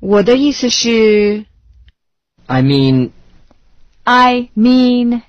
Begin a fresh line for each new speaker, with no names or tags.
我的意思是
I mean,
I mean